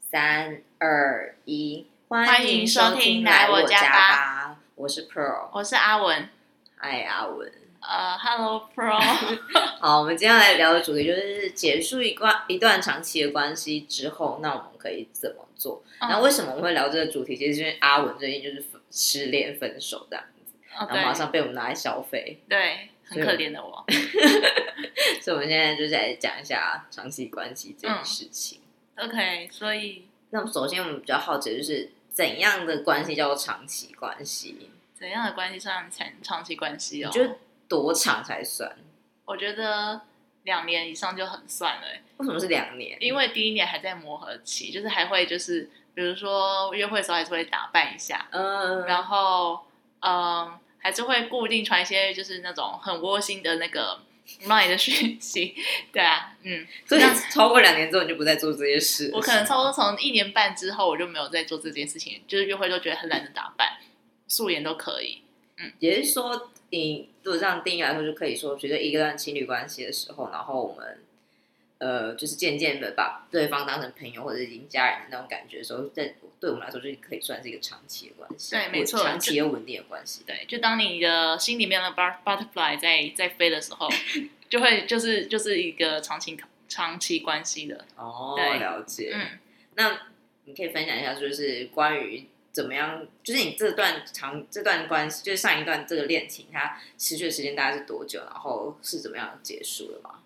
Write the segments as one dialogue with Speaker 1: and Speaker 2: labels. Speaker 1: 三二一，
Speaker 2: 欢迎收听来我家
Speaker 1: 吧，我是 Pro，
Speaker 2: 我是阿文，
Speaker 1: 嗨阿文。
Speaker 2: 呃，Hello 嗯 Pro，
Speaker 1: 好，我们今天来聊的主题就是结束一关一段长期的关系之后，那我们可以怎么做？
Speaker 2: 嗯
Speaker 1: 那为什么我们会聊这个主题？其实是因为阿文最近就是分失恋分手这样，
Speaker 2: 哦
Speaker 1: 然后马上被我们拿来消费，
Speaker 2: 对对，很
Speaker 1: 对
Speaker 2: 可怜的我，
Speaker 1: 所以我们现在就是来讲一下长期关系这件事情。
Speaker 2: OK，所以
Speaker 1: 那我们首先我们比较好奇的就是怎样的关系叫做长期关系？
Speaker 2: 怎样的关系算长长期关系
Speaker 1: 你
Speaker 2: 哦？
Speaker 1: 觉得多长才算？
Speaker 2: 我觉得两年以上就很算了欸、
Speaker 1: 为什么是两年？
Speaker 2: 因为第一年还在磨合期，就是还会就是比如说约会的时候还是会打扮一下，
Speaker 1: 嗯，
Speaker 2: 然后嗯，还是会固定传一些就是那种很窝心的那个 line 的讯息，对啊，嗯，
Speaker 1: 所以超过两年之后你就不再做这些事了。
Speaker 2: 我可能差不多从一年半之后，我就没有再做这件事情，就是约会都觉得很懒得打扮，素颜都可以。
Speaker 1: 也就是说，你如果这样定义来说，就可以说，觉得一段情侣关系的时候，然后我们呃，就是渐渐的把对方当成朋友或者已经家人的那种感觉的时候，在对我们来说，就可以算是一个长期的关系，
Speaker 2: 对没错
Speaker 1: 长期又稳定的关系。
Speaker 2: 对，就当你的心里面的 but- butterfly 在在飞的时候，就会就是就是一个长期长期关系的。
Speaker 1: 哦，
Speaker 2: 对
Speaker 1: 了解。
Speaker 2: 嗯，
Speaker 1: 那你可以分享一下，就是关于怎么样，就是你这段长这段关系，就是上一段这个恋情，它持续的时间大概是多久，然后是怎么样结束的吗？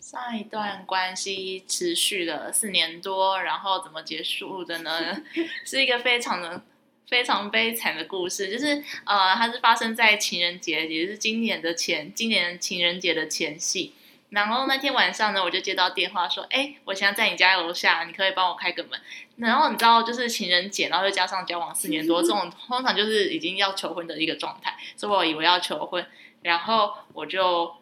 Speaker 2: 上一段关系持续了四年多，然后怎么结束的呢？是一个非常的。非常悲惨的故事，就是呃，它是发生在情人节，也就是今年的前，今年情人节的前夕。然后那天晚上呢，我就接到电话说，哎，我现在在你家楼下，你可以帮我开个门。然后你知道，就是情人节，然后又加上交往四年多，这种通常就是已经要求婚的一个状态，所以我以为要求婚，然后我就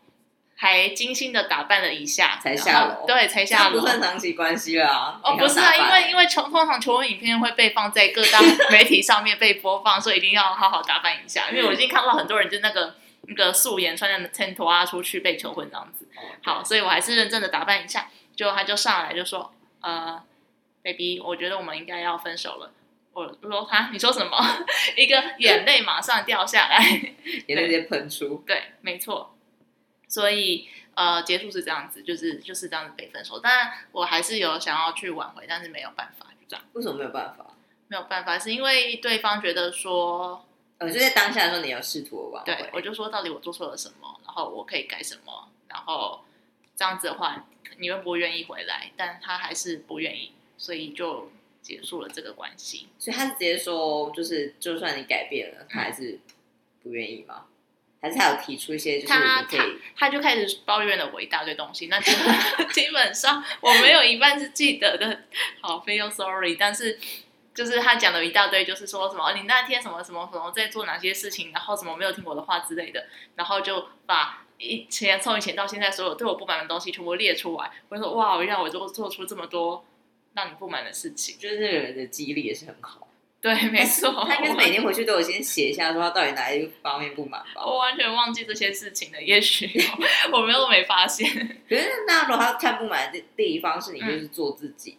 Speaker 2: 还精心的打扮了一下，
Speaker 1: 才下
Speaker 2: 然后
Speaker 1: 楼
Speaker 2: 对，才
Speaker 1: 这样
Speaker 2: 下
Speaker 1: 不
Speaker 2: 楼。
Speaker 1: 算长期关系了啊、
Speaker 2: 哦，
Speaker 1: 你还要
Speaker 2: 不是啊，
Speaker 1: 打
Speaker 2: 因
Speaker 1: 扮
Speaker 2: 为因为求通常求婚影片会被放在各大媒体上面被播放，所以一定要好好打扮一下。因为我已
Speaker 1: 嗯
Speaker 2: 经看到很多人就那个那个素颜穿着衬托啊出去被求婚这样子。
Speaker 1: 哦
Speaker 2: 好，所以我还是认真的打扮一下。结果他就上来就说：“呃，baby，我觉得我们应该要分手了。”我我说哈，你说什么？ 一个眼泪马上掉下来。
Speaker 1: 眼泪直接喷出。
Speaker 2: 对，没错。所以呃，结束是这样子，就是就是这样子被分手。当然，我还是有想要去挽回，但是没有办法，就这样，
Speaker 1: 为什么没有办法？
Speaker 2: 没有办法，是因为对方觉得说，
Speaker 1: 呃，就在当下的时候，你要试图挽
Speaker 2: 对我
Speaker 1: 回。
Speaker 2: 就说到底我做错了什么，然后我可以改什么，然后这样子的话，你愿不愿意回来？但他还是不愿意，所以就结束了这个关系。
Speaker 1: 所以他是直接说，就是就算你改变了，他还是不愿意吗？还是他有提出一些，就是我
Speaker 2: 他
Speaker 1: 们可以
Speaker 2: 他就开始抱怨了我一大堆东西。那基本 基本上我没有一半是记得的，好 feel sorry。但是就是他讲了一大堆，就是说什么哦你那天什么什么什么在做哪些事情，然后什么没有听我的话之类的，然后就把。以前从以前到现在，所有对我不满的东西全部列出来。我就说哇，原来我做做出这么多让你不满的事情。
Speaker 1: 就是那个人的记忆力也是很好。
Speaker 2: 对，没错，
Speaker 1: 哎他应该是每天回去都有先写一下，说他到底哪一方面不满吧。
Speaker 2: 我完全忘记这些事情了。也许我没有没发现。
Speaker 1: 可是那如果他看不满的地方是你就是做自己，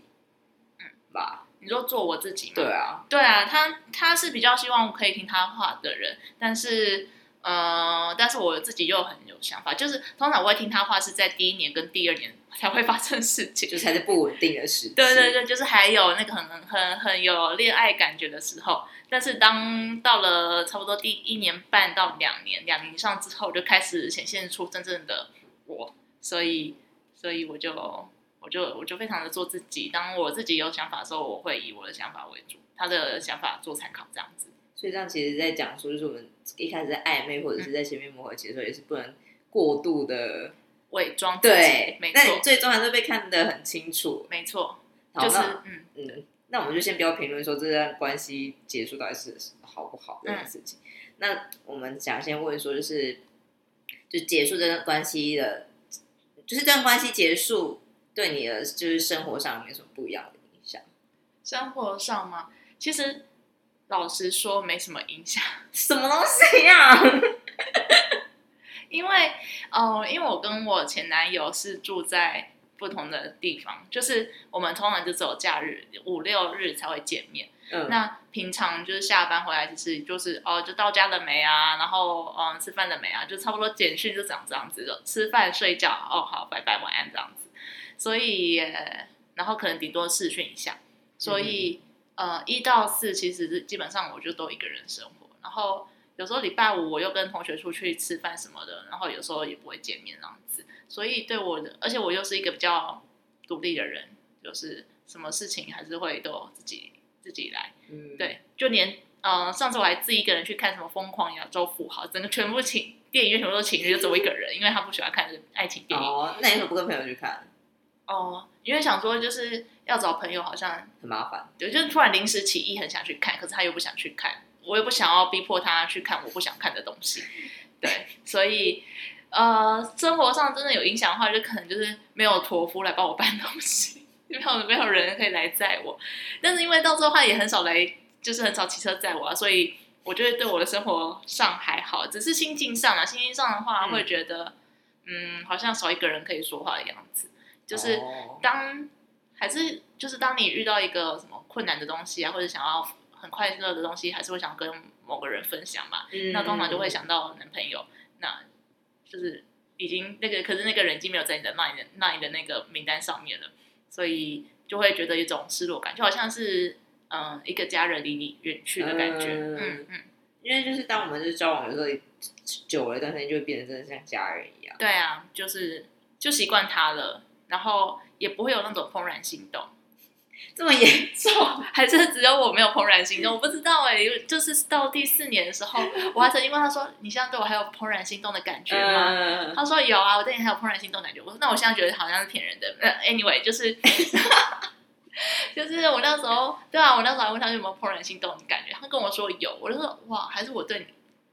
Speaker 1: 嗯吧？
Speaker 2: 你说做我自己吗？
Speaker 1: 对啊，
Speaker 2: 对啊，他他是比较希望我可以听他话的人，但是呃，但是我自己又很有想法，就是通常我会听他话是在第一年跟第二年才会发生事情，
Speaker 1: 就是还是不稳定的时期。
Speaker 2: 对对对，就是还有那个很很很有恋爱感觉的时候，但是当到了差不多第一年半到两年，两年以上之后，就开始显现出真正的我，所以所以我就我就我就非常的做自己，当我自己有想法的时候，我会以我的想法为主，他的想法做参考，这样子。
Speaker 1: 所以这样其实在讲说，就是我们一开始在暧昧或者是在前面磨合期的时候，也是不能过度的
Speaker 2: 伪装自己
Speaker 1: 对，
Speaker 2: 没
Speaker 1: 那你
Speaker 2: 错，
Speaker 1: 最终还是被看得很清楚。
Speaker 2: 没错，
Speaker 1: 好，
Speaker 2: 就是
Speaker 1: 那
Speaker 2: 嗯，
Speaker 1: 嗯，那我们就先不要评论说这段关系结束到底是好不好
Speaker 2: 嗯
Speaker 1: 这件事情。那我们想先问说，就是就结束这段关系的，就是这段关系结束对你的就是生活上有没有什么不一样的影响？
Speaker 2: 生活上嘛，其实老实说没什么影响。
Speaker 1: 什么东西啊呀、
Speaker 2: 因为，呃，因为我跟我前男友是住在不同的地方，就是我们通常就只有假日五六日才会见面。
Speaker 1: 嗯，
Speaker 2: 那平常就是下班回来，其实就是哦，就到家了没啊？然后嗯，吃饭了没啊？就差不多简讯就长这样子的，吃饭睡觉，哦好，拜拜晚安这样子。所以，呃然后可能顶多视讯一下。所以，呃，一到四其实是基本上我就都一个人生活。然后有时候礼拜五我又跟同学出去吃饭什么的，然后有时候也不会见面这样子。所以对我的，而且我又是一个比较独立的人，就是什么事情还是会都自己自己来。
Speaker 1: 嗯，
Speaker 2: 对，就连呃上次我还自己一个人去看什么《疯狂亚洲富豪》，整个全部情电影院全部都情侣，就只有我一个人，因为他不喜欢看爱情电影。哦、哦
Speaker 1: 哦，那你为什么不跟朋友去看？
Speaker 2: 因为想说就是要找朋友，好像
Speaker 1: 很麻烦。
Speaker 2: 对，就是突然临时起意很想去看，可是他又不想去看，我又不想要逼迫他去看我不想看的东西。对，所以。呃，生活上真的有影响的话，就可能就是没有托夫来帮我搬东西，没有没有人可以来载我。但是因为到最后他也很少来，就是很少骑车载我啊，所以我觉得对我的生活上还好，只是心境上啊，心境上的话
Speaker 1: 嗯
Speaker 2: 会觉得，嗯好像少一个人可以说话的样子。就是
Speaker 1: 哦
Speaker 2: 当还是就是当你遇到一个什么困难的东西啊，或者想要很快乐的东西，还是会想跟某个人分享
Speaker 1: 嗯
Speaker 2: 嘛。嗯那通常就会，想到男朋友，那就是已经那个，可是那个人已经没有在你的 line 的 line 的那个名单上面了，所以就会觉得一种失落感，就好像是嗯、呃一个家人离你远去的感觉，
Speaker 1: 嗯
Speaker 2: 嗯嗯，
Speaker 1: 因为就是当我们就是交往的时候，久了一段时间就会变得真的像家人一样。
Speaker 2: 对啊，就是就习惯他了，然后也不会有那种怦然心动，
Speaker 1: 这么严重？
Speaker 2: 还是只有我没有怦然心动，我不知道哎、就是到第四年的时候，我还曾经问他说，你现在对我还有怦然心动的 感觉吗？
Speaker 1: 嗯，
Speaker 2: 他说有啊，我对你还有怦然心动感觉。我说那我现在觉得好像是骗人的。呃，anyway，就是 就是我那时候对啊，我那时候还问他有没有怦然心动的感觉，他跟我说有，我就说哇，还是我对你，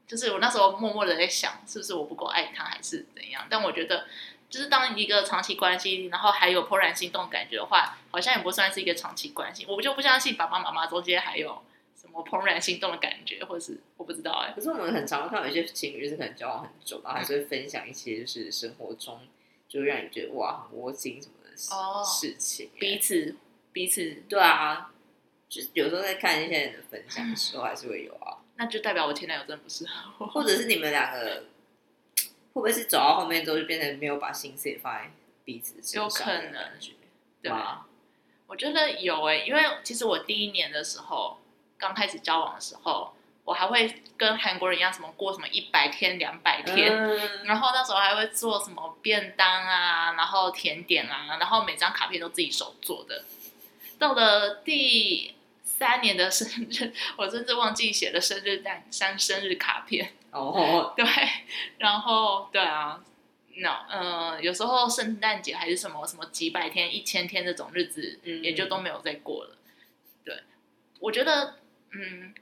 Speaker 2: 就是我那时候默默的在想，是不是我不够爱他，还是怎样？但我觉得。就是当一个长期关系，然后还有怦然心动感觉的话，好像也不算是一个长期关系。我就不相信爸爸妈妈中间还有什么怦然心动的感觉，或是我不知道哎、
Speaker 1: 可是我们很常会看到有些情侣就是可能交往很久，然后还是会分享一些就是生活中就会让你觉得哇很窝心什么的事
Speaker 2: 哦
Speaker 1: 事情欸。
Speaker 2: 彼此彼此
Speaker 1: 对啊，就是有时候在看一些人的分享的时候，还是会有 啊，
Speaker 2: 那就代表我前男友真的不适合我。
Speaker 1: 或者是你们两个会不会是走到后面之后就变成没有把心思也放在彼此身
Speaker 2: 有
Speaker 1: 上
Speaker 2: 可
Speaker 1: 的
Speaker 2: 能
Speaker 1: 感觉？
Speaker 2: 对
Speaker 1: 吗？
Speaker 2: 我觉得有诶、因为其实我第一年的时候，刚开始交往的时候，我还会跟韩国人一样，什么过什么一百天、两百天，
Speaker 1: 嗯
Speaker 2: 然后那时候还会做什么便当啊，然后甜点啊，然后每张卡片都自己手做的。到了第三年的生日， 我甚至忘记写了生日蛋、三生日卡片。
Speaker 1: 哦，
Speaker 2: 对，然后对啊，那、呃，有时候圣诞节还是什么什么几百天、一千天这种日子，
Speaker 1: 嗯
Speaker 2: 也就都没有再过了。对，我觉得，嗯，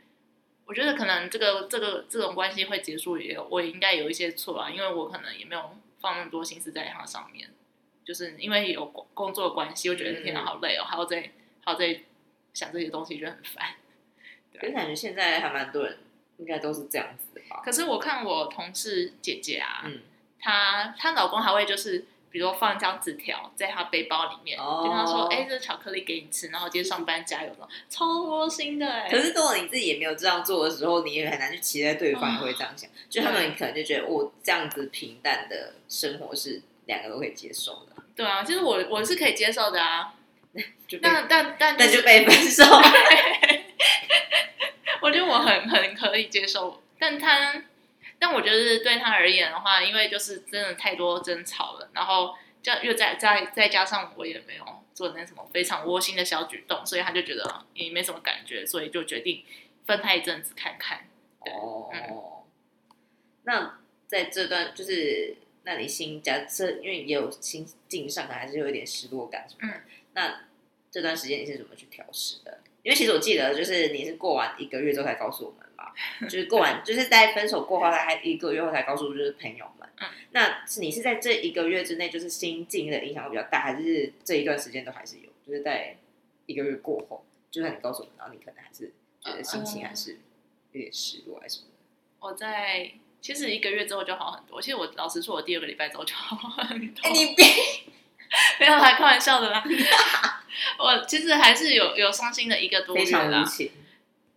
Speaker 2: 我觉得可能这个这个这种关系会结束也有，我也应该有一些错啊，因为我可能也没有放那么多心思在它上面，就是因为有工工作的关系，我觉得
Speaker 1: 嗯
Speaker 2: 天哪，好累哦，还要再还要再想这些东西，觉得很烦。
Speaker 1: 就感觉现在还蛮多人应该都是这样子的吧？
Speaker 2: 可是我看我同事姐姐啊，
Speaker 1: 嗯，
Speaker 2: 她她老公还会就是，比如说放一张纸条在她背包里面，
Speaker 1: 哦
Speaker 2: 就跟她说：“哎、这巧克力给你吃，然后今天上班加油。”然后超窝心的哎、
Speaker 1: 可是，如果你自己也没有这样做的时候，你也很难去期待对方
Speaker 2: 啊
Speaker 1: 也会这样想。就他们可能就觉得，我、这样子平淡的生活是两个都可以接受的，
Speaker 2: 对啊，其实我我是可以接受的啊，
Speaker 1: 就被
Speaker 2: 但但但
Speaker 1: 那
Speaker 2: 是
Speaker 1: 就被分手。
Speaker 2: 我觉得我很很可以接受，但他，但我觉得对他而言的话，因为就是真的太多争吵了，然后加又再再再加上我也没有做那什么非常窝心的小举动，所以他就觉得也没什么感觉，所以就决定分开一阵子看看。对
Speaker 1: 哦，那在这段就是，那你新假设因为也有心境上可能还是有一点失落感什么的。
Speaker 2: 嗯
Speaker 1: 那这段时间你是怎么去调试的？因为其实我记得，就是你是过完一个月之后才告诉我们 嘛，就是过完，就是在分手过后才一个月后才告诉就是朋友们。
Speaker 2: 嗯
Speaker 1: 那是你是在这一个月之内，就是心境的影响会比较大，还是这一段时间都还是有？就是在一个月过后，就算你告诉我们，然后你可能还是觉得心
Speaker 2: 哦
Speaker 1: 情还是有点失落还是什么的。
Speaker 2: 我在其实一个月之后就好很多，其实我老实说，我第二个礼拜之后就好很多。
Speaker 1: 哎、你别
Speaker 2: 没有啦，开玩笑的啦。 我其实还是有有伤心的一个多
Speaker 1: 非
Speaker 2: 月
Speaker 1: 常无
Speaker 2: 哦啦。
Speaker 1: 情。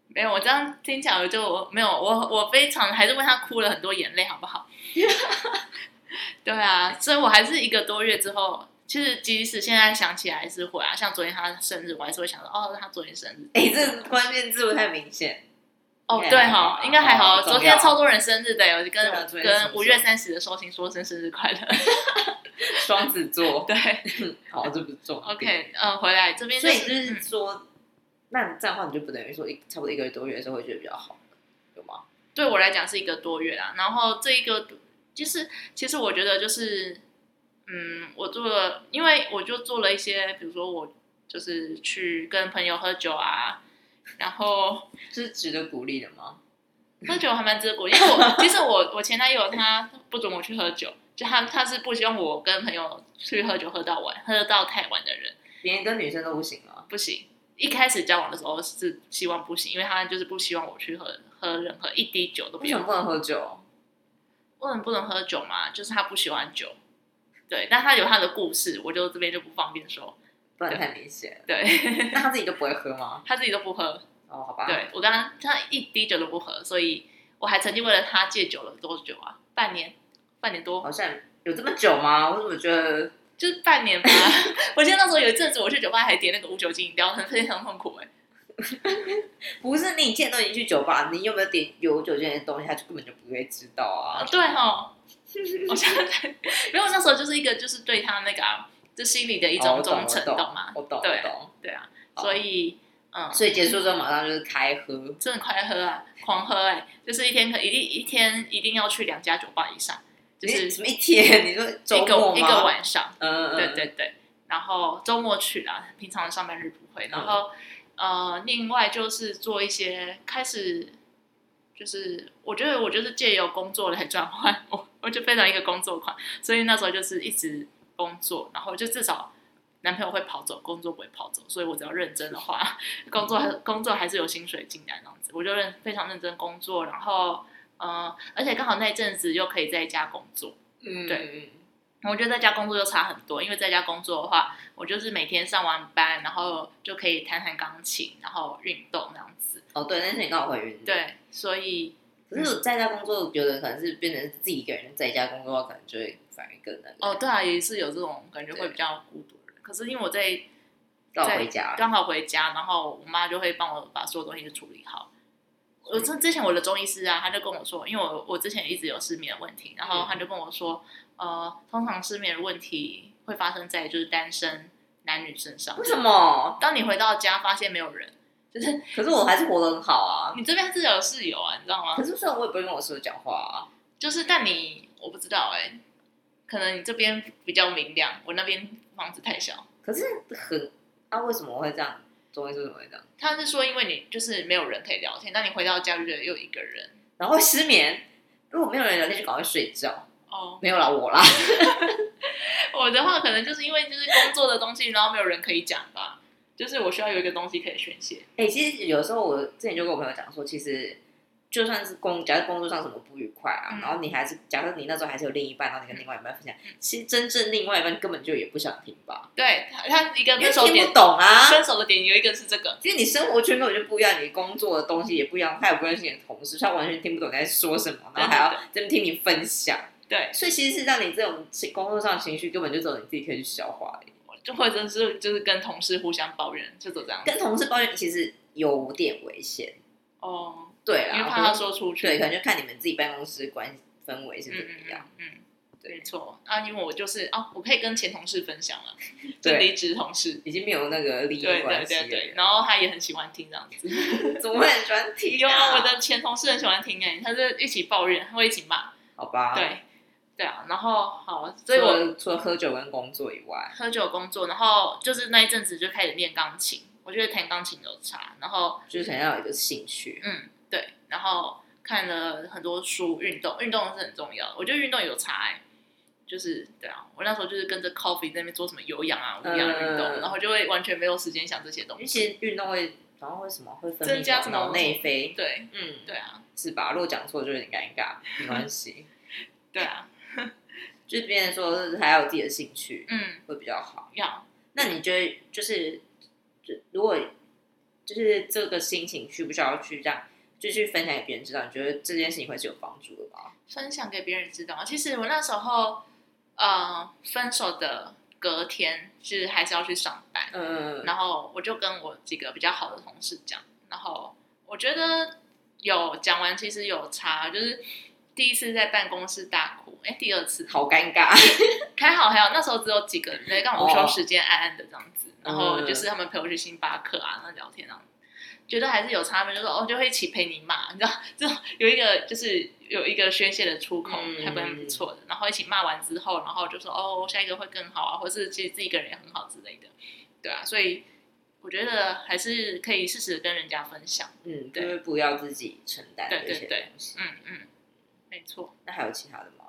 Speaker 2: 没有，我这样听起来我就我没有我我非常还是为他哭了很多眼泪，好不好？ 对啊，所以我还是一个多月之后，其实即使现在想起来还是会啊，像昨天他生日，我还是会想到哦，他昨天生日。
Speaker 1: 哎、这关键字不太明显。
Speaker 2: 哦，
Speaker 1: 应该
Speaker 2: 对
Speaker 1: 还好
Speaker 2: 哈、
Speaker 1: 吧
Speaker 2: 应该还好。
Speaker 1: 哦不重要
Speaker 2: 昨天超多人生日的，有
Speaker 1: 对啊
Speaker 2: 跟
Speaker 1: 昨天生
Speaker 2: 跟
Speaker 1: 日
Speaker 2: 五月三十的寿星说声生日快乐。
Speaker 1: 双子 座，
Speaker 2: 对
Speaker 1: 好，这不是重点。
Speaker 2: ，OK，嗯，回来这边、
Speaker 1: 所
Speaker 2: 就
Speaker 1: 以
Speaker 2: 是，
Speaker 1: 就是
Speaker 2: 嗯
Speaker 1: 说，那你这样的话，你就不等于说一差不多一个多月的时候会觉得比较好，有吗？
Speaker 2: 对我来讲是一个多月啦。然后这一个就是，其实我觉得就是，嗯，我做了，因为我就做了一些，比如说我就是去跟朋友喝酒啊，然后
Speaker 1: 是值得鼓励的吗？
Speaker 2: 喝酒还蛮自鼓励，因为 我其实我我前男友他不准我去喝酒，就他他是不希望我跟朋友去喝酒喝到晚，喝到太晚的人。
Speaker 1: 连跟女生都不行啊吗？
Speaker 2: 不行。一开始交往的时候是希望不行，因为他就是不希望我去喝喝任何一滴酒都不
Speaker 1: 为什
Speaker 2: 要
Speaker 1: 么。不能喝酒？
Speaker 2: 不能不能喝酒嘛，就是他不喜欢酒。对，但他有他的故事，我就这边就不方便说。
Speaker 1: 不然太明显。
Speaker 2: 对
Speaker 1: 那他自己都不会喝吗？
Speaker 2: 他自己都不喝，
Speaker 1: 哦，好吧。，
Speaker 2: 对我跟他他一滴酒都不喝，所以我还曾经为了他戒酒了多久啊？半年，半年多，
Speaker 1: 好像有这么久吗？我怎么觉得
Speaker 2: 就是半年吧。 我记得那时候有一阵子我去酒吧还点那个无酒精饮料，很非常痛苦哎、
Speaker 1: 不是？你现在都已经去酒吧，你有没有点有酒精的东西，他就根本就不会知道
Speaker 2: 啊，
Speaker 1: 啊。
Speaker 2: 对哦， 我现在没有那时候就是一个就是对他那个、啊、就心里的一
Speaker 1: 一
Speaker 2: 种忠诚，懂吗？
Speaker 1: 哦我懂，
Speaker 2: 对
Speaker 1: 我懂。
Speaker 2: 对啊，
Speaker 1: 好
Speaker 2: 所以嗯，
Speaker 1: 所以结束之后马上就是开喝，
Speaker 2: 真的快喝啊，狂喝哎、就是一天可一定一天一定要去两家酒吧以上，就是
Speaker 1: 你什么一天？你 说周
Speaker 2: 一
Speaker 1: 末
Speaker 2: 个
Speaker 1: 吗
Speaker 2: 一个，晚上，
Speaker 1: 嗯，嗯
Speaker 2: 对，对对，然后周末去啦，平常上班日不
Speaker 1: 嗯
Speaker 2: 会，然后、呃，另外就是做一些开始。就是我觉得我就是借由工作来转换我，我就变成一个工作狂，所以那时候就是一直工作，然后就至少男朋友会跑走，工作不会跑走，所以我只要认真的话， 工作还工作还是有薪水进来那样子，我就认非常认真工作，然后呃，而且刚好那一阵子又可以在家工作，
Speaker 1: 嗯，
Speaker 2: 对
Speaker 1: 对，
Speaker 2: 我觉得在家工作就差很多，因为在家工作的话，我就是每天上完班，然后就可以弹弹钢琴，然后运动那样子。
Speaker 1: 哦，对，那是你刚好怀孕，。
Speaker 2: 对，所以
Speaker 1: 可是我在家工作，有的可能是变成自己一个人在家工作，可能就会反而更那个，
Speaker 2: 哦，对啊，也是有这种感觉会比较孤独的人。可是因为我在
Speaker 1: 到
Speaker 2: 在
Speaker 1: 回家，
Speaker 2: 刚好回家，然后我妈就会帮我把所有东西处理好。
Speaker 1: 嗯
Speaker 2: 我之之前我的中医师啊，他就跟我说，因为我我之前一直有失眠的问题，然后
Speaker 1: 嗯
Speaker 2: 他就跟我说，呃，通常失眠的问题会发生在就是单身男女身上
Speaker 1: 为。什么？
Speaker 2: 当你回到家发现没有人，就是
Speaker 1: 可是我还是活得很好啊。
Speaker 2: 你这边是有室友啊，你知道吗
Speaker 1: 可？是虽然我也不会跟我室友讲话啊，
Speaker 2: 就是但你我不知道哎、可能你这边比较明亮，我那边房子太小。
Speaker 1: 可是很啊，为什么会这样？中医是为什么会这样？
Speaker 2: 他是说，因为你就是没有人可以聊天，那你回到家就觉得又一个人
Speaker 1: 然后会失眠，如果没有人聊天就赶快睡觉。
Speaker 2: 哦。
Speaker 1: 没有啦，我啦，
Speaker 2: 我的话可能就是因为就是工作的东西，然后没有人可以讲吧，就是我需要有一个东西可以宣泄。
Speaker 1: 哎、其实有时候我之前就跟我朋友讲说，其实就算是工，假如工作上什么不愉快啊，
Speaker 2: 嗯
Speaker 1: 然后你还是，假设你那时候还是有另一半，然后你跟另外一半分享，其实真正另外一半根本就也不想听吧，
Speaker 2: 对他，他一个
Speaker 1: 因为
Speaker 2: 分手
Speaker 1: 听
Speaker 2: 点
Speaker 1: 不，懂啊。
Speaker 2: 分手的点有一个是这个，
Speaker 1: 因为你生活圈根本就不一样，你工作的东西也不一样，他也不认识你的同事，他完全听不懂你在说什么，然后还要这边听你分享。
Speaker 2: 对，
Speaker 1: 所以其实是让你这种情工作上情绪根本就只有你自己可以去消化的。
Speaker 2: 就或者是就是跟同事互相抱怨，就走这样子。
Speaker 1: 啊跟同事抱怨其实有点危险，
Speaker 2: 哦，
Speaker 1: 对
Speaker 2: 因
Speaker 1: 啦，
Speaker 2: 为怕他
Speaker 1: 可是
Speaker 2: 说出去，
Speaker 1: 对，可能就看你们自己办公室关氛围是怎
Speaker 2: 嗯
Speaker 1: 么样。
Speaker 2: 嗯嗯嗯，
Speaker 1: 对
Speaker 2: 没错啊，因为我就是哦，我可以跟前同事分享了，就
Speaker 1: 对
Speaker 2: 离职同事，
Speaker 1: 已经没有那个利益
Speaker 2: 对对
Speaker 1: 关系
Speaker 2: 对对，
Speaker 1: 了，
Speaker 2: 然后他也很喜欢听这样子。
Speaker 1: 怎么会很喜欢听、
Speaker 2: 有啊，
Speaker 1: 啊？
Speaker 2: 我的前同事很喜欢听哎、他就一起抱怨，他会一起骂，
Speaker 1: 好吧，，
Speaker 2: 对对啊，然后好，
Speaker 1: 所
Speaker 2: 所以
Speaker 1: 以
Speaker 2: 我
Speaker 1: 我除了喝酒跟工作以外，
Speaker 2: 喝酒工作，然后就是那一阵子就开始练钢琴，我觉得弹钢琴有差，然后
Speaker 1: 就是想要有一个兴趣，
Speaker 2: 嗯对，然后看了很多书，运动运动是很重要的，我觉得运动有差哎、就是对啊，我那时候就是跟着 coffee 在那边做什么有氧啊、无氧运动，
Speaker 1: 嗯
Speaker 2: 然后就会完全没有时间想这些
Speaker 1: 因
Speaker 2: 东
Speaker 1: 为
Speaker 2: 西。
Speaker 1: 其实运动会，然后会什么会分
Speaker 2: 增
Speaker 1: 泌
Speaker 2: 加什
Speaker 1: 什
Speaker 2: 么
Speaker 1: 么脑内啡，
Speaker 2: 对
Speaker 1: 嗯，
Speaker 2: 对啊，
Speaker 1: 是吧？如果讲错就有点尴尬，没关系。
Speaker 2: 对啊，
Speaker 1: 就是别人说是还有自己的兴趣
Speaker 2: 嗯，
Speaker 1: 会比较好。
Speaker 2: 要
Speaker 1: 那你觉得就是，就如果就是这个心情需不需要去这样，就去分享给别人知道？你觉得这件事情会是有帮助的吧？
Speaker 2: 分享给别人知道。其实我那时候，呃，分手的隔天是还是要去上班，
Speaker 1: 嗯，
Speaker 2: 然后我就跟我几个比较好的同事讲，然后我觉得有讲完，其实有差，就是第一次在办公室大哭，哎，第二次
Speaker 1: 好尴尬。
Speaker 2: 还好还好，那时候只有几个人在刚好午休时间暗暗的这样子，然后就是他们陪我去星巴克啊，那聊天啊，觉得还是有差别，就说哦就会一起陪你骂，你知道，就有一个就是有一个宣泄的出口，
Speaker 1: 嗯
Speaker 2: 还蛮不错的。然后一起骂完之后，然后就说哦下一个会更好啊，或是其实自己一个人也很好之类的，对啊，所以我觉得还是可以适时地跟人家分享，
Speaker 1: 嗯，就
Speaker 2: 对
Speaker 1: 是不要自己承担
Speaker 2: 对
Speaker 1: 这
Speaker 2: 对
Speaker 1: 些
Speaker 2: 对
Speaker 1: 东西。
Speaker 2: 嗯嗯，没错。
Speaker 1: 那还有其他的吗？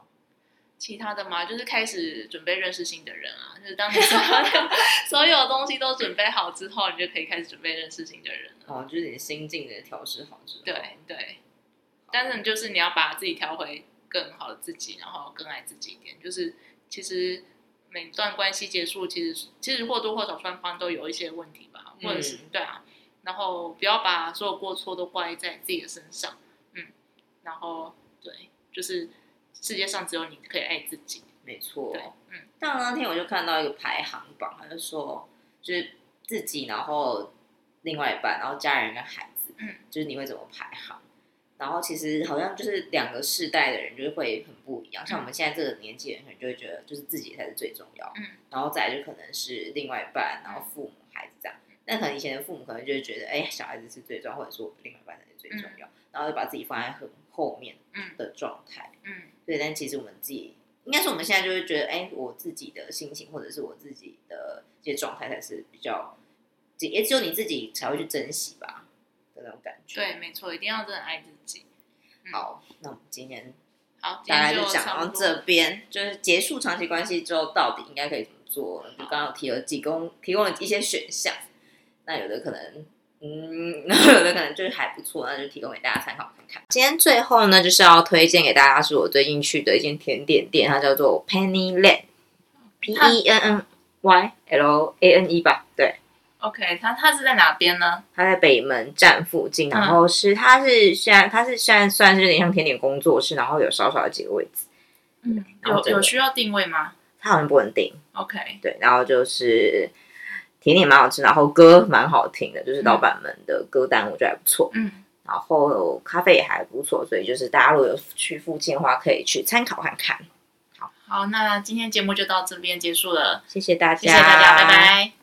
Speaker 2: 其他的嘛，就是开始准备认识新的人啊，就是当你所有 所有东西都准备好之后，你就可以开始准备认识新的人了。
Speaker 1: 哦，就是你心境的调试好之后，
Speaker 2: 对对，但是就是你要把自己调回更好的自己，然后更爱自己一点。就是其实每段关系结束，其实其实或多或少双方都有一些问题吧，
Speaker 1: 嗯
Speaker 2: 或者是、对啊，然后不要把所有过错都怪在自己的身上，嗯，然后对，就是世界上只有你可以爱自己，
Speaker 1: 没错
Speaker 2: 对。，嗯。
Speaker 1: 但那天我就看到一个排行榜，他就说就是自己，然后另外一半，然后家人跟孩子，
Speaker 2: 嗯，
Speaker 1: 就是你会怎么排行？然后其实好像就是两个世代的人就是会很不一样，
Speaker 2: 嗯
Speaker 1: 像我们现在这个年纪的人，可能就会觉得就是自己才是最重要，
Speaker 2: 嗯，
Speaker 1: 然后再来就可能是另外一半，然后父母、孩子这
Speaker 2: 嗯
Speaker 1: 样。但可能以前的父母可能就会觉得，哎、小孩子是最重要，或者说另外一半才是最重要，然后就把自己放在很后面
Speaker 2: 嗯
Speaker 1: 的状态。
Speaker 2: 嗯
Speaker 1: 对，但其实我们自己，应该是我们现在就会觉得，哎，我自己的心情或者是我自己的这些状态才是比较，只也只有你自己才会去珍惜吧的那种感，觉。
Speaker 2: 对，，没错，一定要真的爱自己。嗯
Speaker 1: 好，那我们今天
Speaker 2: 好，今
Speaker 1: 大概
Speaker 2: 天
Speaker 1: 就讲
Speaker 2: 差
Speaker 1: 到
Speaker 2: 不多
Speaker 1: 这边，就是结束长期关系之后，到底应该可以怎么做？就刚刚有提了提供提供了一些选项，那有的可能。嗯， 有的可能就是还不错，那就提供给大家参考看看。今天最后呢，就是要推荐给大家，是我最近去的一间甜点店，它叫做 Penny Land，P E N N Y L A N E 吧，对，
Speaker 2: OK，他他是在哪边呢？
Speaker 1: 它在北门站附近，
Speaker 2: 嗯
Speaker 1: 然后是它是现在它是现在算是有点像甜点工作室，然后有少少的几个位置，
Speaker 2: 嗯，
Speaker 1: 然后
Speaker 2: 有
Speaker 1: 这个
Speaker 2: 有需要定位吗
Speaker 1: 它好像不稳定，
Speaker 2: ？OK，
Speaker 1: 对，然后就是甜点蛮好吃，然后歌蛮好听的，就是老板们的歌单我觉得还不错，
Speaker 2: 嗯，
Speaker 1: 然后咖啡也还不错，所以就是大家如果有去附近的话，可以去参考看看。
Speaker 2: 好，那今天节目就到这边结束了，
Speaker 1: 谢谢大家，
Speaker 2: 谢谢大家，拜拜。